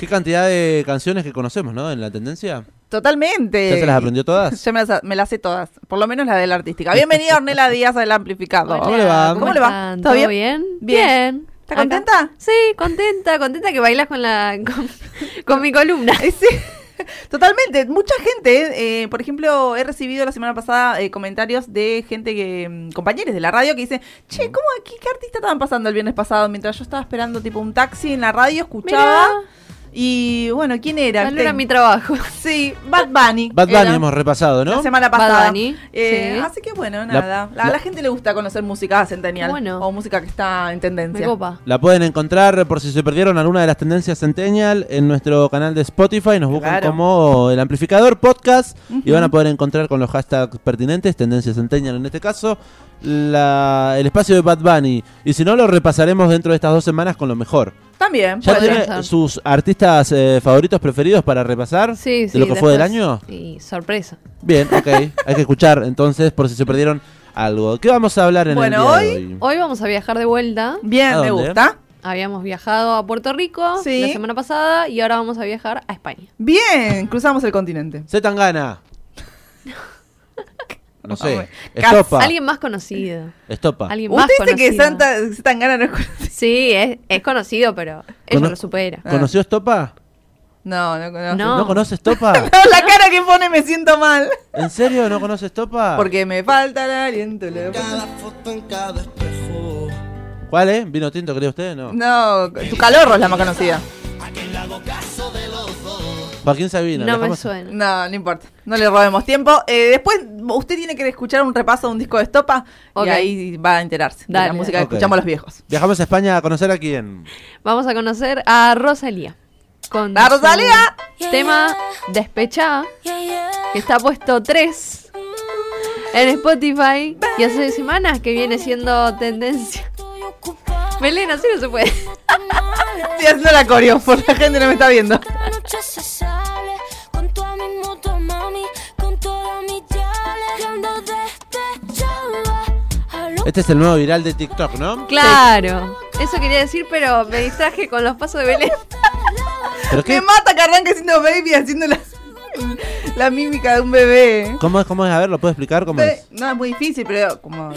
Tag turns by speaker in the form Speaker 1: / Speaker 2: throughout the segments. Speaker 1: Qué cantidad de canciones que conocemos, ¿no? En la tendencia.
Speaker 2: Totalmente.
Speaker 3: Eh,
Speaker 1: ¿Ya se las aprendió todas?
Speaker 2: Yo me las, me las sé todas, por lo menos la de la artística. Bienvenida Ornella Díaz al amplificado.
Speaker 1: Hola. ¿Cómo le va?
Speaker 2: ¿Cómo le va?
Speaker 3: están?
Speaker 2: ¿Todo
Speaker 3: ¿Todo
Speaker 2: bien?
Speaker 3: bien?
Speaker 2: Bien. ¿Estás
Speaker 3: Acá.
Speaker 2: contenta?
Speaker 3: Sí, contenta, contenta que bailas con la con, con mi columna.
Speaker 2: Eh, sí. Totalmente, mucha gente, eh, por ejemplo, he recibido la semana pasada eh, comentarios de gente que, mm, compañeros de la radio, que dicen, che, ¿cómo, qué, qué artista estaban pasando el viernes pasado? Mientras yo estaba esperando tipo un taxi en la radio, escuchaba,
Speaker 3: Mirá,
Speaker 2: y bueno, ¿quién era?
Speaker 3: valora
Speaker 2: Ten-
Speaker 3: mi trabajo.
Speaker 2: Sí, Bad Bunny.
Speaker 1: Bad Bunny
Speaker 2: era
Speaker 1: hemos repasado, ¿no?
Speaker 2: La semana pasada.
Speaker 3: Bad Bunny,
Speaker 2: Eh,
Speaker 3: sí.
Speaker 2: Así que bueno, nada.
Speaker 1: La-
Speaker 2: a la
Speaker 1: la-
Speaker 2: gente le gusta conocer música centennial.
Speaker 3: Bueno.
Speaker 2: O música que está en
Speaker 3: Me
Speaker 2: tendencia.
Speaker 3: copa.
Speaker 1: La pueden encontrar por si se perdieron alguna de las tendencias Centennial en nuestro canal de Spotify. Nos buscan
Speaker 2: Claro.
Speaker 1: como el amplificador podcast y van a poder encontrar con los hashtags pertinentes, tendencias Centennial en este caso, la- el espacio de Bad Bunny. Y si no, lo repasaremos dentro de estas dos semanas con lo mejor.
Speaker 2: También.
Speaker 1: ¿Ya
Speaker 2: puede
Speaker 1: tiene
Speaker 2: ser.
Speaker 3: ser.
Speaker 1: sus artistas eh, favoritos preferidos para repasar
Speaker 3: Sí,
Speaker 1: de
Speaker 3: sí.
Speaker 1: lo que fue del
Speaker 3: después-
Speaker 1: año?
Speaker 3: Y sorpresa.
Speaker 1: Bien, ok. Hay que escuchar entonces por si se perdieron algo. ¿Qué vamos a hablar en
Speaker 2: Bueno,
Speaker 1: el día de
Speaker 2: hoy-
Speaker 1: hoy?
Speaker 3: Hoy vamos a viajar de vuelta.
Speaker 2: Bien,
Speaker 1: ¿A
Speaker 2: me
Speaker 1: dónde?
Speaker 2: gusta.
Speaker 3: Habíamos viajado a Puerto Rico
Speaker 2: Sí.
Speaker 3: la semana pasada y ahora vamos a viajar a España.
Speaker 2: Bien, cruzamos el continente.
Speaker 1: Se tan gana. No sé.
Speaker 2: Vamos.
Speaker 1: Estopa.
Speaker 3: Alguien más conocido.
Speaker 1: Estopa.
Speaker 3: Alguien más
Speaker 2: Usted dice
Speaker 3: conocido.
Speaker 2: que Santa Tangana no es conocido.
Speaker 3: Sí, es, es conocido, pero ella
Speaker 1: Cono- Ah,
Speaker 3: lo supera.
Speaker 1: ¿Conoció Estopa?
Speaker 2: No, no conozco.
Speaker 3: No.
Speaker 1: ¿No conoce Estopa?
Speaker 2: la cara que pone me siento mal.
Speaker 1: ¿En serio no conoce Estopa?
Speaker 2: Porque me falta el aliento. le-
Speaker 4: Cada foto en cada espejo.
Speaker 1: ¿Cuál, eh? ¿Vino tinto, quería usted? No.
Speaker 2: No, tu calorro es la más conocida.
Speaker 4: A quien le hago caso de los dos.
Speaker 1: Joaquín Sabina.
Speaker 3: No me
Speaker 1: dejamos-
Speaker 3: suena.
Speaker 2: No, no importa. No le robemos tiempo. Eh, después usted tiene que escuchar un repaso de un disco de estopa
Speaker 3: Ok.
Speaker 2: y ahí va a enterarse de la
Speaker 3: Dale.
Speaker 2: música
Speaker 1: Ok.
Speaker 2: que escuchamos los viejos.
Speaker 1: Viajamos a España a conocer a quién.
Speaker 3: Vamos a conocer a Rosalía. Con
Speaker 2: ¡La Rosalía!
Speaker 3: su Tema Despechada, que está puesto 3 en Spotify y hace semanas que viene siendo tendencia. Belén, así no se puede.
Speaker 2: Estoy haciendo la coreo, por la gente no me está viendo.
Speaker 5: La noche se sale con toda mi moto, mami, con toda mi chale. Yo ando despechada, a lo
Speaker 1: Este es el nuevo viral de TikTok, ¿no?
Speaker 3: Claro, eso quería decir, pero me distraje con los pasos de Belén.
Speaker 1: ¿Pero qué?
Speaker 2: Me mata que arranque siendo baby haciendo la, la mímica de un bebé.
Speaker 1: ¿Cómo es? ¿Cómo es? A ver, ¿lo puedo explicar? ¿Cómo
Speaker 2: Be-
Speaker 1: es?
Speaker 2: No, es muy difícil, pero como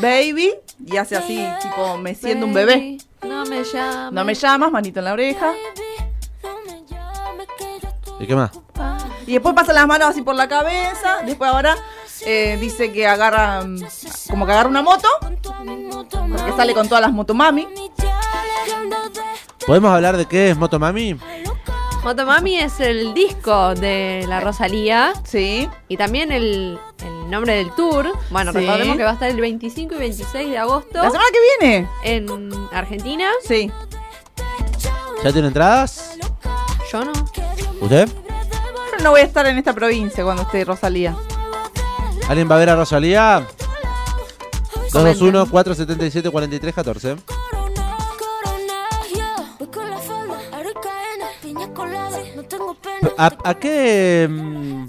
Speaker 2: baby y hace así, tipo me siento un bebé.
Speaker 3: No me llama.
Speaker 2: No me llamas, manito en la oreja.
Speaker 5: baby, no me llames que yo
Speaker 1: ¿Y
Speaker 5: estoy
Speaker 1: qué más?
Speaker 5: ocupada.
Speaker 2: Y después pasa las manos así por la cabeza. Después ahora eh, dice que agarra, mm, como que agarra una moto,
Speaker 5: Con toda mi moto,
Speaker 2: que
Speaker 5: mami,
Speaker 2: sale con todas las motomami.
Speaker 5: mi chale. Yo ando despechada,
Speaker 1: ¿Podemos hablar de qué es Motomami?
Speaker 3: Motomami es el disco de la Rosalía.
Speaker 2: Sí.
Speaker 3: Y también el, el nombre del tour. Bueno,
Speaker 2: Sí.
Speaker 3: recordemos que va a estar el 25 y 26 de agosto
Speaker 2: La semana que viene.
Speaker 3: en Argentina.
Speaker 2: Sí.
Speaker 1: ¿Ya tiene entradas?
Speaker 3: Yo no.
Speaker 1: ¿Usted?
Speaker 2: Yo no voy a estar en esta provincia cuando esté Rosalía.
Speaker 1: ¿Alguien va a ver a Rosalía?
Speaker 3: Comenten.
Speaker 1: 221-477-4314.
Speaker 5: corona, corona, yo voy con la falda, araucana, piña colada, no tengo pena.
Speaker 1: ¿A, a qué mm,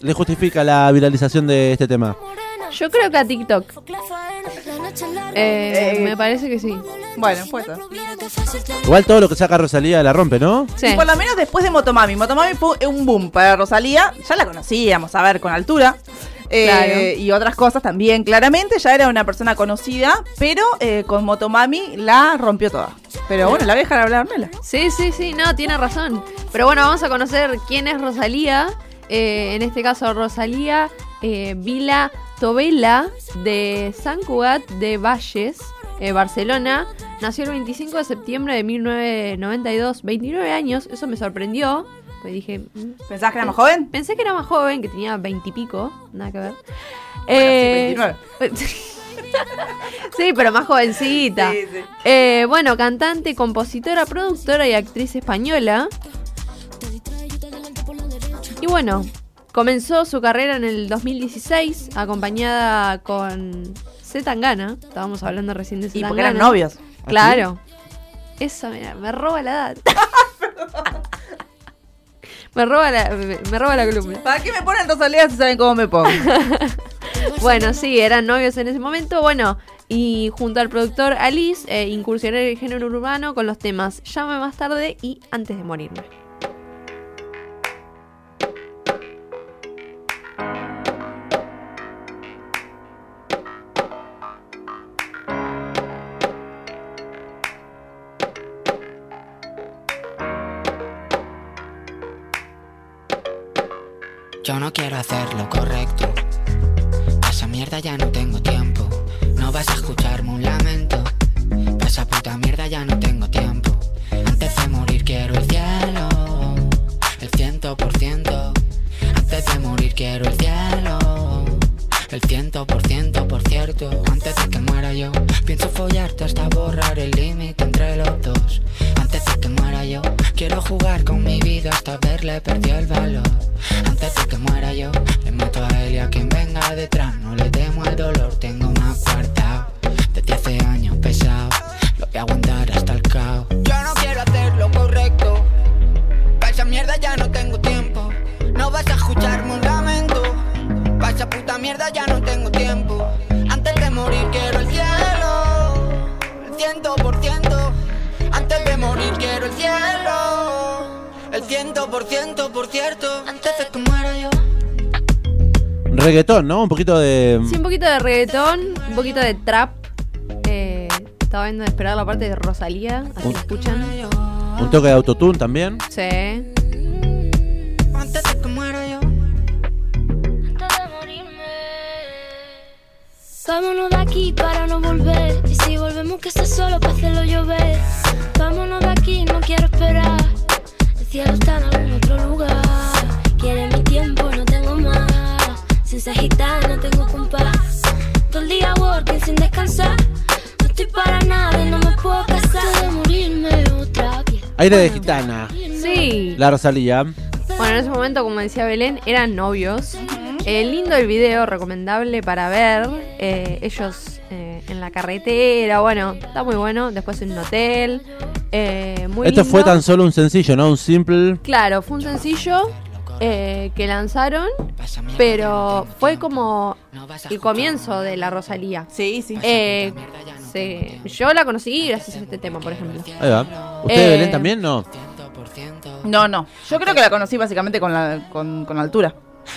Speaker 1: le justifica la viralización de este tema?
Speaker 5: Morena,
Speaker 3: Yo creo que a TikTok.
Speaker 5: fuck la faena, la noche es larga.
Speaker 3: Eh,
Speaker 2: Eh,
Speaker 3: me parece que sí.
Speaker 2: Bueno, pues. está.
Speaker 5: Mira qué fácil te
Speaker 1: Igual todo lo que saca Rosalía la rompe, ¿no?
Speaker 3: Sí.
Speaker 2: Y por lo menos después de Motomami. Motomami fue un boom para Rosalía. Ya la conocíamos, a ver, con altura. Eh,
Speaker 3: Claro.
Speaker 2: Y otras cosas también, claramente. Ya era una persona conocida, pero eh, con Motomami la rompió toda. Pero bueno, la voy a dejar hablar, Ornella.
Speaker 3: Sí, sí, sí, no, tiene razón. Pero bueno, vamos a conocer quién es Rosalía. Eh, en este caso, Rosalía eh, Vila Tobela de San Cugat de Valles, eh, Barcelona. Nació el 25 de septiembre de 1992, 29 años. Eso me sorprendió. Pues dije, mm,
Speaker 2: ¿Pensabas que era más joven?
Speaker 3: pensé que era más joven, que tenía 20 y pico. Nada que ver. Eh,
Speaker 2: sí, 29.
Speaker 3: sí, pero más jovencita.
Speaker 2: Sí, sí.
Speaker 3: Eh, bueno, cantante, compositora, productora y actriz española. Y bueno, comenzó su carrera en el 2016 acompañada con C. Tangana. Estábamos hablando recién de C.
Speaker 2: Y porque
Speaker 3: Tangana.
Speaker 2: eran novios.
Speaker 3: Claro. Eso, mira, me roba la edad. me, roba la, me, me roba la columna.
Speaker 2: ¿Para qué me ponen Rosalía si saben cómo me pongo?
Speaker 3: Bueno, sí, eran novios en ese momento. Bueno, y junto al productor Alice eh, incursionar en el género urbano con los temas Llame más tarde y Antes de morirme.
Speaker 6: Yo no quiero hacer lo correcto. Pa' esa mierda ya no tengo tiempo. No vas a escucharme un lamento. Pa' esa puta mierda ya no tengo tiempo. Antes de morir quiero el cielo. El ciento por ciento. Antes de morir quiero el cielo. El ciento por ciento, por cierto. Antes de que muera yo, pienso follarte hasta borrar el límite entre los dos. Antes de que muera yo, quiero jugar con mi vida hasta verle perdió el valor. Antes de que muera yo, le mato a él y a quien venga detrás. No le temo el dolor, tengo una cuarta. Desde hace años pesado, lo voy a aguantar hasta el caos. Yo no quiero hacer lo correcto. Pa' esa mierda ya no tengo tiempo. No vas a escucharme un lamento. Pa' esa puta mierda ya no tengo tiempo. Antes de morir quiero el cielo. El ciento por ciento. Antes de morir quiero el cielo. El ciento por ciento, por cierto. Antes de que muera yo.
Speaker 1: Reggaetón, ¿no? Un poquito de. mm,
Speaker 3: Sí, un poquito de reggaetón, un poquito de trap. Eh, estaba viendo de esperar la parte de Rosalía, así la escuchan.
Speaker 1: Un toque de autotune también.
Speaker 3: Sí.
Speaker 6: Antes de que muera yo.
Speaker 5: antes de morirme. Vámonos de aquí para no volver. Y si volvemos, que sea solo para hacerlo llover. Vámonos de aquí, no quiero esperar. El cielo está en algún otro lugar. Quiere mi tiempo, no tengo más. Sin sagitar, no tengo compás. Todo el día working sin descansar. No estoy para nada y no me puedo casar. Antes de morirme otra vez.
Speaker 1: Aire de gitana.
Speaker 3: Sí.
Speaker 1: La Rosalía.
Speaker 3: Bueno, en ese momento, como decía Belén, eran novios. Eh, lindo el video, recomendable para ver. Eh, ellos eh, en la carretera, bueno, está muy bueno. Después en un hotel. eh, muy
Speaker 1: Esto fue
Speaker 3: lindo.
Speaker 1: tan solo un sencillo, ¿no? Un simple.
Speaker 3: Claro, fue un sencillo eh, que lanzaron,
Speaker 6: Pa' esa mierda ya no
Speaker 3: pero
Speaker 6: tengo
Speaker 3: fue
Speaker 6: tiempo.
Speaker 3: como
Speaker 6: No vas a
Speaker 3: el
Speaker 6: escucharme
Speaker 3: comienzo
Speaker 6: un
Speaker 3: de la Rosalía.
Speaker 2: Sí, sí.
Speaker 3: Eh, se- yo la conocí gracias a este tema, por ejemplo.
Speaker 1: Ahí va. ¿Usted,
Speaker 3: Eh,
Speaker 1: Belén, también? No.
Speaker 6: ciento por ciento.
Speaker 2: No, no. Yo creo que la conocí básicamente con la, con, con la altura.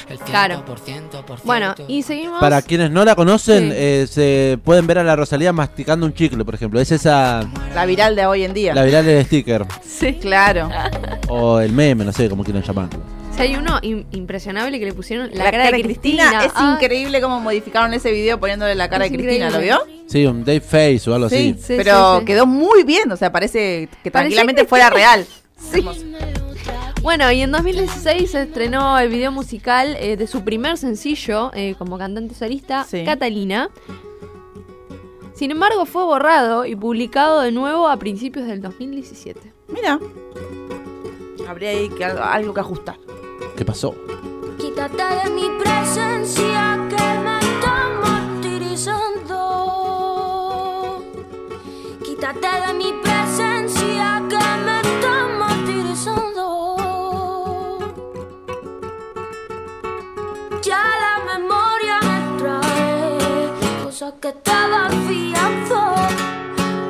Speaker 6: El
Speaker 3: Claro.
Speaker 6: ciento por ciento, por
Speaker 3: Bueno,
Speaker 6: cierto.
Speaker 3: y seguimos.
Speaker 1: Para quienes no la conocen,
Speaker 3: Sí.
Speaker 1: eh, se pueden ver a la Rosalía masticando un chicle, por ejemplo. Es esa.
Speaker 2: La viral de hoy en día.
Speaker 1: La viral del sticker.
Speaker 3: Sí.
Speaker 2: Claro.
Speaker 1: O el meme, no sé cómo quieran llamarlo.
Speaker 3: Sí, hay uno im- impresionable que le pusieron la,
Speaker 2: La
Speaker 3: cara, de Cristina.
Speaker 2: es
Speaker 3: Ah,
Speaker 2: increíble cómo modificaron ese video poniéndole la cara
Speaker 3: Es
Speaker 2: de Cristina, ¿lo
Speaker 3: increíble.
Speaker 2: vio?
Speaker 1: Sí, un Dave Face o algo así.
Speaker 3: sí,
Speaker 2: Pero
Speaker 3: sí, sí.
Speaker 2: quedó muy bien, o sea, parece que
Speaker 3: Parecía
Speaker 2: tranquilamente fuera
Speaker 3: Cristina.
Speaker 2: real.
Speaker 3: Bueno, y en 2016 se estrenó el video musical eh, de su primer sencillo eh, como cantante solista,
Speaker 2: Sí.
Speaker 3: Catalina. Sin embargo, fue borrado y publicado de nuevo a principios del 2017.
Speaker 2: Mira. Habría ahí que algo, algo que ajustar.
Speaker 1: ¿Qué pasó?
Speaker 5: Quítate de mi presencia que me está martirizando. Quítate de mi presencia que me está martirizando. Ya la memoria me trae cosas que estaba fiando.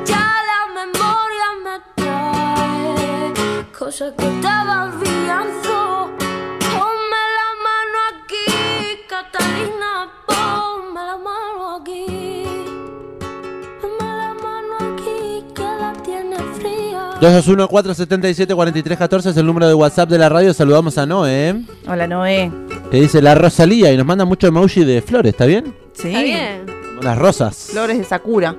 Speaker 5: Ya la memoria me trae cosas que estaba fiando. Ponme la mano aquí, Catalina, ponme la mano aquí. Ponme la mano aquí, que la tiene fría.
Speaker 1: 221-477-4314 es el número de WhatsApp de la radio. Saludamos a Noé,
Speaker 2: Hola, Noé.
Speaker 1: que dice la Rosalía y nos manda mucho emoji de flores, ¿está bien?
Speaker 2: Sí.
Speaker 3: Está bien.
Speaker 1: Como Las rosas.
Speaker 2: Flores de Sakura.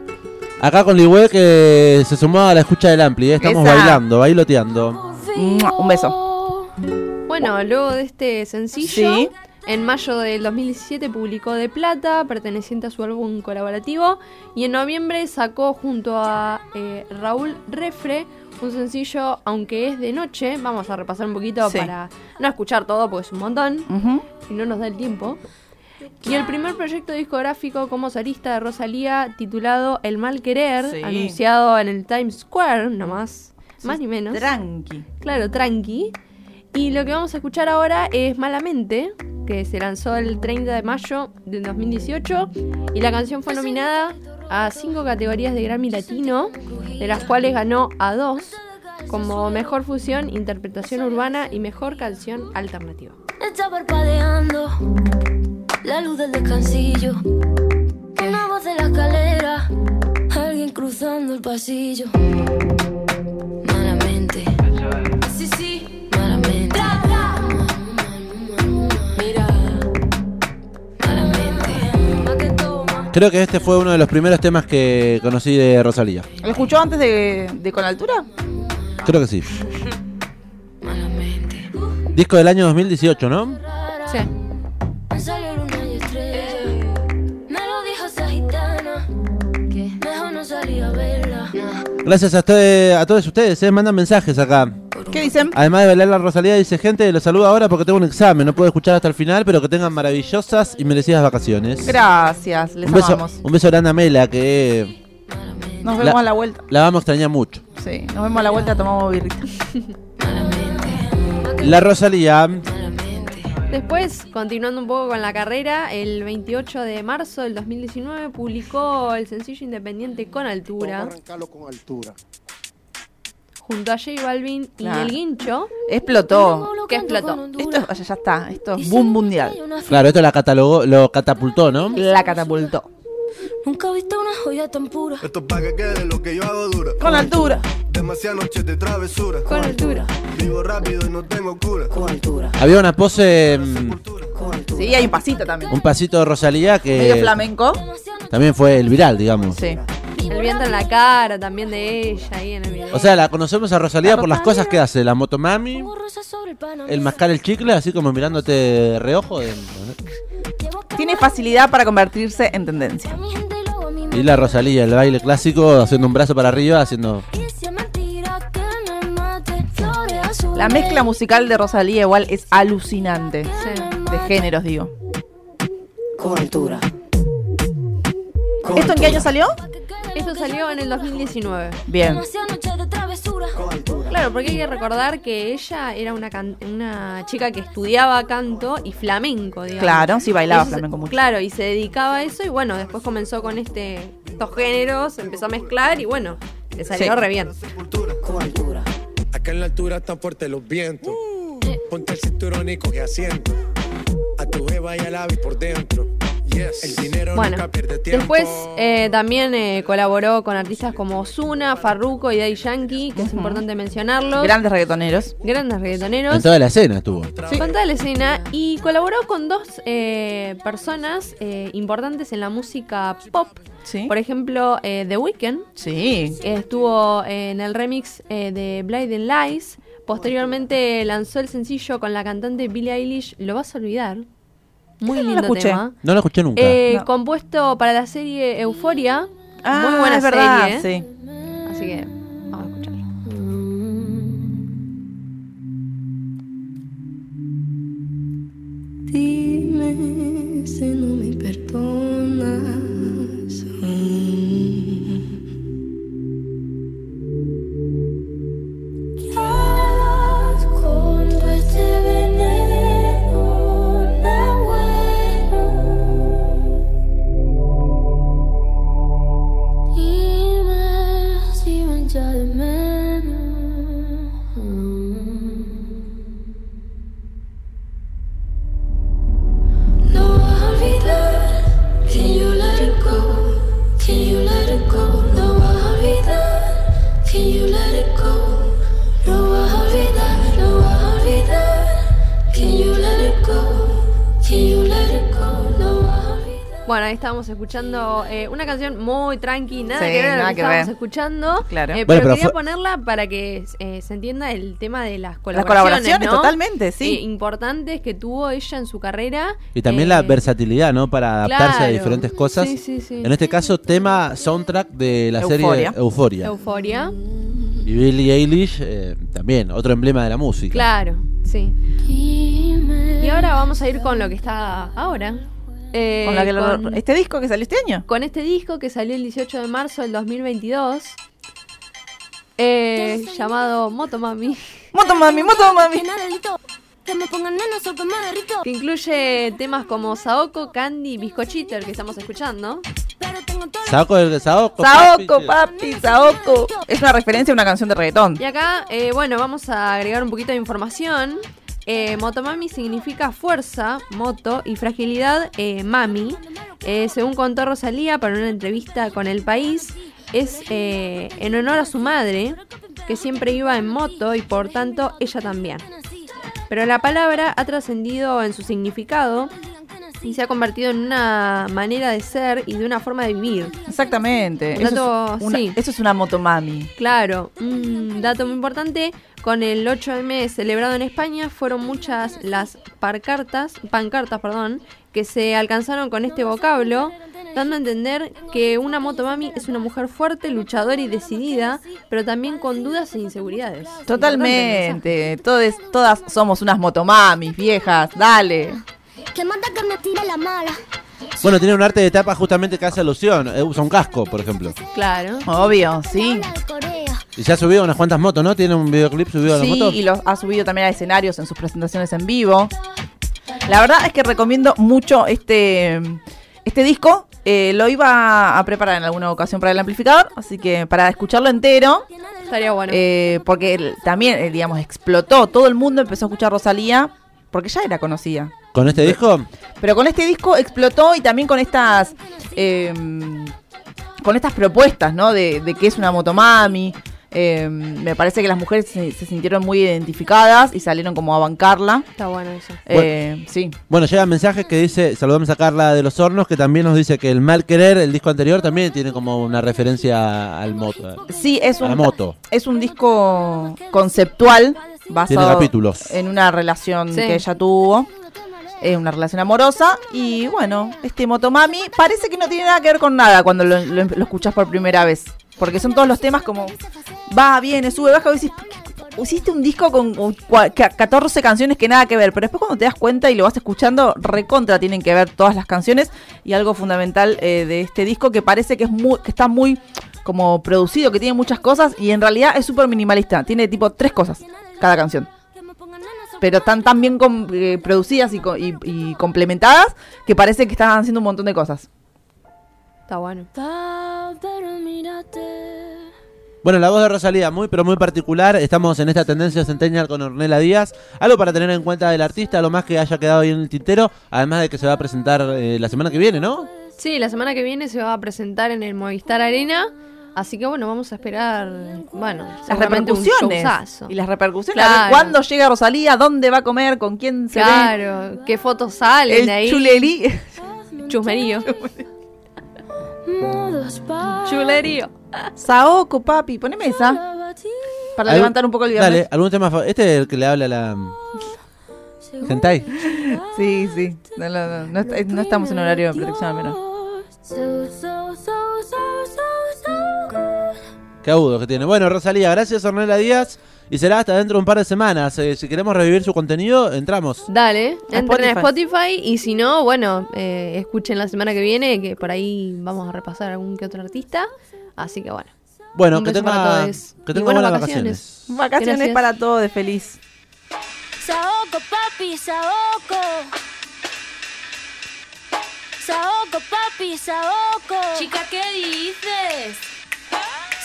Speaker 1: Acá con Ligüe que se sumó a la escucha del Ampli, ¿eh? estamos
Speaker 2: Esa.
Speaker 1: bailando, bailoteando.
Speaker 2: Mua, un beso.
Speaker 3: Bueno, luego de este sencillo,
Speaker 2: Sí.
Speaker 3: en mayo del 2017 publicó De Plata, perteneciente a su álbum colaborativo, y en noviembre sacó junto a eh, Raúl Refre un sencillo, aunque es de noche, vamos a repasar un poquito
Speaker 2: Sí.
Speaker 3: para no escuchar todo, porque es un montón
Speaker 2: Ujú.
Speaker 3: y no nos da el tiempo. Y el primer proyecto discográfico como solista de Rosalía, titulado El Mal Querer,
Speaker 2: Sí.
Speaker 3: anunciado en el Times Square, nomás, más ni menos.
Speaker 2: Tranqui.
Speaker 3: Claro, tranqui. Y lo que vamos a escuchar ahora es Malamente, que se lanzó el 30 de mayo de 2018 y la canción fue nominada a cinco categorías de Grammy Latino, de las cuales ganó a dos, como Mejor Fusión, Interpretación Urbana y Mejor Canción Alternativa.
Speaker 5: Está parpadeando la luz del descansillo. Una voz de la escalera, alguien cruzando el pasillo. Malamente, sí, sí, malamente. Mira, malamente.
Speaker 1: Creo que este fue uno de los primeros temas que conocí de Rosalía.
Speaker 2: ¿Lo escuchó antes de, de Con Altura?
Speaker 1: Creo que sí. Disco del año 2018, ¿no?
Speaker 3: Sí.
Speaker 5: Me salió luna y estrella. Me lo dijo esa gitana. Que mejor no salí a verla.
Speaker 1: Gracias a, ustedes- a todos ustedes, ¿eh? mandan mensajes acá.
Speaker 2: ¿Qué dicen?
Speaker 1: Además de bailar la Rosalía, dice gente, los saludo ahora porque tengo un examen, no puedo escuchar hasta el final, pero que tengan maravillosas y merecidas vacaciones.
Speaker 2: Gracias, les
Speaker 1: un beso,
Speaker 2: amamos.
Speaker 1: un beso grande a Mela, que
Speaker 2: Nos vemos
Speaker 1: La-
Speaker 2: a la vuelta.
Speaker 1: la vamos a extrañar mucho.
Speaker 2: Sí, nos vemos a la vuelta, tomamos birrita.
Speaker 1: La Rosalía,
Speaker 3: Después, continuando un poco con la carrera, el 28 de marzo del 2019 publicó el sencillo independiente Con Altura,
Speaker 7: con altura.
Speaker 3: junto a J Balvin y
Speaker 2: Claro.
Speaker 3: El Guincho.
Speaker 2: Explotó.
Speaker 3: ¿Qué explotó?
Speaker 2: Esto, o sea, ya está. Esto es boom mundial.
Speaker 1: claro, esto la catalogó, lo catapultó, ¿no?
Speaker 2: La catapultó.
Speaker 5: Nunca he visto una joya tan pura.
Speaker 8: Esto es pa' que quede lo que yo hago dura.
Speaker 2: Con altura.
Speaker 8: Demasiadas noches de travesura.
Speaker 3: Con Altura.
Speaker 8: Vivo rápido y no tengo cura.
Speaker 1: Había una pose, mm,
Speaker 2: Sí, hay un pasito también.
Speaker 1: un pasito de Rosalía
Speaker 2: Medio
Speaker 1: que
Speaker 2: flamenco.
Speaker 1: también fue el viral, digamos.
Speaker 2: Sí.
Speaker 3: El viento en la cara también de ella ahí en el video.
Speaker 1: O sea, la conocemos a Rosalía por las cosas que hace, la motomami,
Speaker 5: Borrosa sobre el panamá.
Speaker 1: el mascar el chicle, así como mirándote de reojo. de-
Speaker 5: Llevo a
Speaker 2: Tiene facilidad para convertirse en tendencia.
Speaker 5: mi gente y luego a mi
Speaker 1: Y la Rosalía, el baile clásico, haciendo un brazo para arriba, haciendo...
Speaker 5: Que sea mentira que me mate. Flores azules.
Speaker 2: La mezcla musical de Rosalía igual es alucinante.
Speaker 3: Sí.
Speaker 2: De géneros, digo. Con altura. ¿Esto en qué año salió?
Speaker 3: Esto salió en el 2019.
Speaker 2: Bien.
Speaker 5: Demasiadas noches de travesura.
Speaker 3: Claro, porque hay que recordar que ella era una, can- una chica que estudiaba canto y flamenco, digamos.
Speaker 2: Claro, sí, bailaba
Speaker 3: Eso se-
Speaker 2: flamenco mucho.
Speaker 3: Claro, y se dedicaba a eso y bueno, después comenzó con este estos géneros, empezó a mezclar y bueno, le salió
Speaker 2: Sí.
Speaker 3: re bien.
Speaker 8: Acá en la altura están fuertes los vientos.
Speaker 3: Uh.
Speaker 8: Ponte el cinturón y coge asiento. A tu jeva y al avis por dentro. Yes. El dinero
Speaker 3: Bueno,
Speaker 8: nunca pierde tiempo.
Speaker 3: después eh, también eh, colaboró con artistas como Ozuna, Farruko y Daddy Yankee, que es importante mencionarlos.
Speaker 2: Grandes reggaetoneros.
Speaker 3: Grandes
Speaker 1: En
Speaker 3: reggaetoneros.
Speaker 1: toda la escena estuvo.
Speaker 3: Con toda la escena y colaboró con dos eh, personas eh, importantes en la música pop.
Speaker 2: Sí.
Speaker 3: Por ejemplo, eh, The Weeknd
Speaker 2: Sí.
Speaker 3: eh, estuvo en el remix eh, de Blinding Lights. Posteriormente lanzó el sencillo con la cantante Billie Eilish. Lo vas a olvidar. Muy
Speaker 2: no lo
Speaker 3: lindo
Speaker 2: escuché.
Speaker 3: tema.
Speaker 1: No lo escuché nunca.
Speaker 3: Eh,
Speaker 2: No. Ah,
Speaker 3: Compuesto para la serie Euforia. Muy buena
Speaker 2: es verdad.
Speaker 3: serie. ¿eh?
Speaker 2: Sí.
Speaker 3: Así que vamos a escucharlo.
Speaker 5: Dime si no me perdonas. ¿Qué harás cuando este veneno no bueno? Dime si me echas de menos. No vas a olvidar Can you let it go? Can you let it go? No vas a olvidar Can you let it go? No vas a olvidar No vas a olvidar Can you let it go? Can you let it go? No vas a olvidar
Speaker 3: Bueno, ahí estábamos escuchando eh, una canción muy tranqui, nada
Speaker 2: Sí,
Speaker 3: que ver a lo
Speaker 2: nada
Speaker 3: que
Speaker 2: que
Speaker 3: estábamos
Speaker 2: ver.
Speaker 3: escuchando.
Speaker 2: Claro.
Speaker 3: Eh,
Speaker 2: Bueno,
Speaker 3: pero,
Speaker 1: pero
Speaker 3: quería
Speaker 1: fue-
Speaker 3: ponerla para que eh, se entienda el tema de las
Speaker 2: Las
Speaker 3: colaboraciones.
Speaker 2: colaboraciones,
Speaker 3: ¿no?
Speaker 2: totalmente, sí.
Speaker 3: Eh, importantes que tuvo ella en su carrera.
Speaker 1: Y también
Speaker 3: Eh,
Speaker 1: la versatilidad, ¿no? Para adaptarse a
Speaker 3: claro.
Speaker 1: diferentes cosas.
Speaker 3: Sí, sí, sí.
Speaker 1: En este caso, tema soundtrack de la
Speaker 2: Euforia.
Speaker 1: serie Euforia.
Speaker 3: Euforia.
Speaker 1: y Billie Eilish, eh, también, otro emblema de la música.
Speaker 3: Claro, sí.
Speaker 5: Dime
Speaker 3: Y ahora vamos a ir con lo que está ahora. Eh,
Speaker 2: Con la que lo-
Speaker 3: con-
Speaker 2: Este disco que salió este año.
Speaker 3: con este disco que salió el 18 de marzo del 2022, eh, llamado Motomami,
Speaker 2: Moto mami, moto mami.
Speaker 5: Que no delito Que me pongan nena sobre me derrito
Speaker 3: que incluye temas como Saoko, Candy y Biscochiter que estamos escuchando.
Speaker 5: pero tengo todo lo
Speaker 1: Saoco, el Saoco.
Speaker 2: Saoko,
Speaker 1: papi.
Speaker 2: papi, Saoko. Es una referencia a una canción de reggaetón.
Speaker 3: Y acá, eh, bueno, vamos a agregar un poquito de información. Eh, motomami significa fuerza, moto y fragilidad, eh, mami. Eh, según contó Rosalía para una entrevista con El País, es eh, en honor a su madre, que siempre iba en moto y por tanto ella también. Pero la palabra ha trascendido en su significado y se ha convertido en una manera de ser y de una forma de vivir.
Speaker 2: Exactamente.
Speaker 3: Un
Speaker 2: Eso
Speaker 3: dato,
Speaker 2: es, una,
Speaker 3: sí.
Speaker 2: eso es una motomami.
Speaker 3: Claro, un dato muy importante, con el 8M celebrado en España fueron muchas las parcartas, pancartas perdón, que se alcanzaron con este vocablo, dando a entender que una motomami es una mujer fuerte, luchadora y decidida, pero también con dudas e inseguridades. Importante
Speaker 2: Totalmente. Todes, todas somos unas motomamis, viejas. Dale.
Speaker 5: que manda que me tire la mala.
Speaker 1: Bueno, tiene un arte de tapa justamente que hace alusión. Eh, usa un casco, por ejemplo.
Speaker 3: el mensaje. Claro.
Speaker 2: Obvio, sí.
Speaker 5: Hola de Corea.
Speaker 1: Y se ha subido unas cuantas motos, ¿no? Tiene un videoclip subido a la
Speaker 2: Sí,
Speaker 1: moto.
Speaker 2: y los ha subido también a escenarios en sus presentaciones en vivo. La verdad es que recomiendo mucho este, este disco. Eh, lo iba a preparar en alguna ocasión para el amplificador, así que para escucharlo entero,
Speaker 3: Estaría bueno.
Speaker 2: eh, porque él también, eh, digamos, explotó. Todo el mundo empezó a escuchar Rosalía, porque ya era conocida.
Speaker 1: Con este disco,
Speaker 2: Pero con este disco explotó y también con estas. eh, con estas propuestas, ¿no? De, de qué es una motomami. Eh, me parece que las mujeres se, se sintieron muy identificadas y salieron como a bancarla.
Speaker 3: Está bueno eso.
Speaker 2: Eh, sí.
Speaker 1: bueno, llega mensaje que dice, saludamos a Carla de los Hornos, que también nos dice que el mal querer, el disco anterior, también tiene como una referencia al moto.
Speaker 2: Sí, es
Speaker 1: A la
Speaker 2: un,
Speaker 1: moto.
Speaker 2: es un disco conceptual basado
Speaker 1: Tiene capítulos.
Speaker 2: en una relación
Speaker 3: Sí.
Speaker 2: que ella tuvo. eh, una relación amorosa. Y bueno, este Motomami parece que no tiene nada que ver con nada cuando lo, lo- lo escuchás por primera vez. Porque son todos los temas como va, viene, sube, baja. vos decís, hiciste un disco con con cua- ca- 14 canciones que nada que ver. Pero después cuando te das cuenta y lo vas escuchando, recontra tienen que ver todas las canciones. Y algo fundamental eh, de este disco que parece que, es muy, que está muy como producido, que tiene muchas cosas. Y en realidad es súper minimalista. Tiene tipo tres cosas cada canción
Speaker 5: Que me pongan en eso.
Speaker 2: pero están tan bien com- eh, producidas y, co- y- y complementadas que parece que están haciendo un montón de cosas.
Speaker 3: Está bueno.
Speaker 5: Está, pero mírate.
Speaker 1: Bueno, la voz de Rosalía, muy pero muy particular. Estamos en esta tendencia centennial con Ornella Díaz. Algo para tener en cuenta del artista, lo más que haya quedado ahí en el tintero, además de que se va a presentar eh, la semana que viene, ¿no?
Speaker 3: Sí, la semana que viene se va a presentar en el Movistar Arena, así que bueno, vamos a esperar, bueno,
Speaker 2: Las
Speaker 3: seguramente un
Speaker 2: repercusiones.
Speaker 3: showzazo.
Speaker 2: Y las repercusiones. A ver
Speaker 3: Claro.
Speaker 2: cuándo llega Rosalía, dónde va a comer, con quién se ve.
Speaker 3: Claro, qué fotos salen de
Speaker 2: El
Speaker 3: ahí.
Speaker 2: chulelí.
Speaker 3: Chusmerío.
Speaker 5: Modos para.
Speaker 3: Chulerío.
Speaker 2: Saoco, papi, poneme esa. Para
Speaker 1: Algún-
Speaker 2: levantar un poco el viernes.
Speaker 1: Dale, algún tema. fa- Este es el que le habla a la. mm, Gentai.
Speaker 2: Sí, sí. No, no, no, no est- no estamos en horario de protección al menos.
Speaker 5: So, so, so, so, so, so good.
Speaker 1: Qué agudo que tiene. Bueno, Rosalía, gracias Ornella Díaz. Y será hasta dentro de un par de semanas. Eh, si queremos revivir su contenido, entramos.
Speaker 3: Dale,
Speaker 2: A
Speaker 3: entren a
Speaker 2: Spotify.
Speaker 3: Spotify y si no, bueno, eh, escuchen la semana que viene que por ahí vamos a repasar algún que otro artista. Así que bueno.
Speaker 1: Bueno,
Speaker 3: Un
Speaker 1: que
Speaker 3: beso para
Speaker 1: tenga,
Speaker 3: todos.
Speaker 1: que
Speaker 3: Y
Speaker 1: tenga
Speaker 3: buenas
Speaker 1: buenas
Speaker 3: vacaciones.
Speaker 1: vacaciones.
Speaker 2: Vacaciones
Speaker 3: Gracias.
Speaker 2: para todo de feliz.
Speaker 5: Saoco, papi, saoco. Saoco, papi, saoco. Chica, ¿qué dices?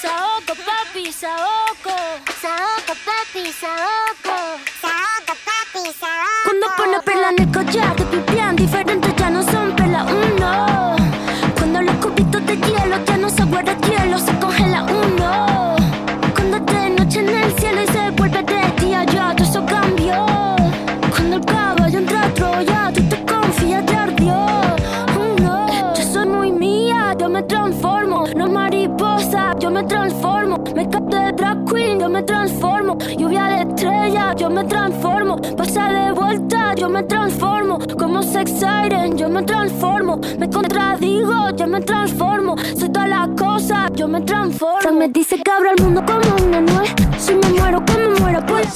Speaker 5: Saoco, papi, saoco. Saoco, papi, saoco. Saoco, papi, saoco. Cuando pone perla en el collar, te pipián diferentes ya no son perla uno. Cuando los cubitos de hielo ya no se guarda hielo, se congela uno. Cuando es de noche en el cielo y se vuelve de día, ya todo eso cambió. Cuando el caballo entra a Troya, tú te confías, te ardió. Uno. Yo soy muy mía, yo me transformo. No es mariposa, yo me transformo. Me capté de drag queen, yo me transformo. Lluvia de estrella, yo me transformo. Pasa de vuelta, yo me transformo. Como sex siren, yo me transformo. Me contradigo, yo me transformo. Soy todas las cosas, yo me transformo. me dice que abro el mundo como una nuez. Si me muero, como muero, pues.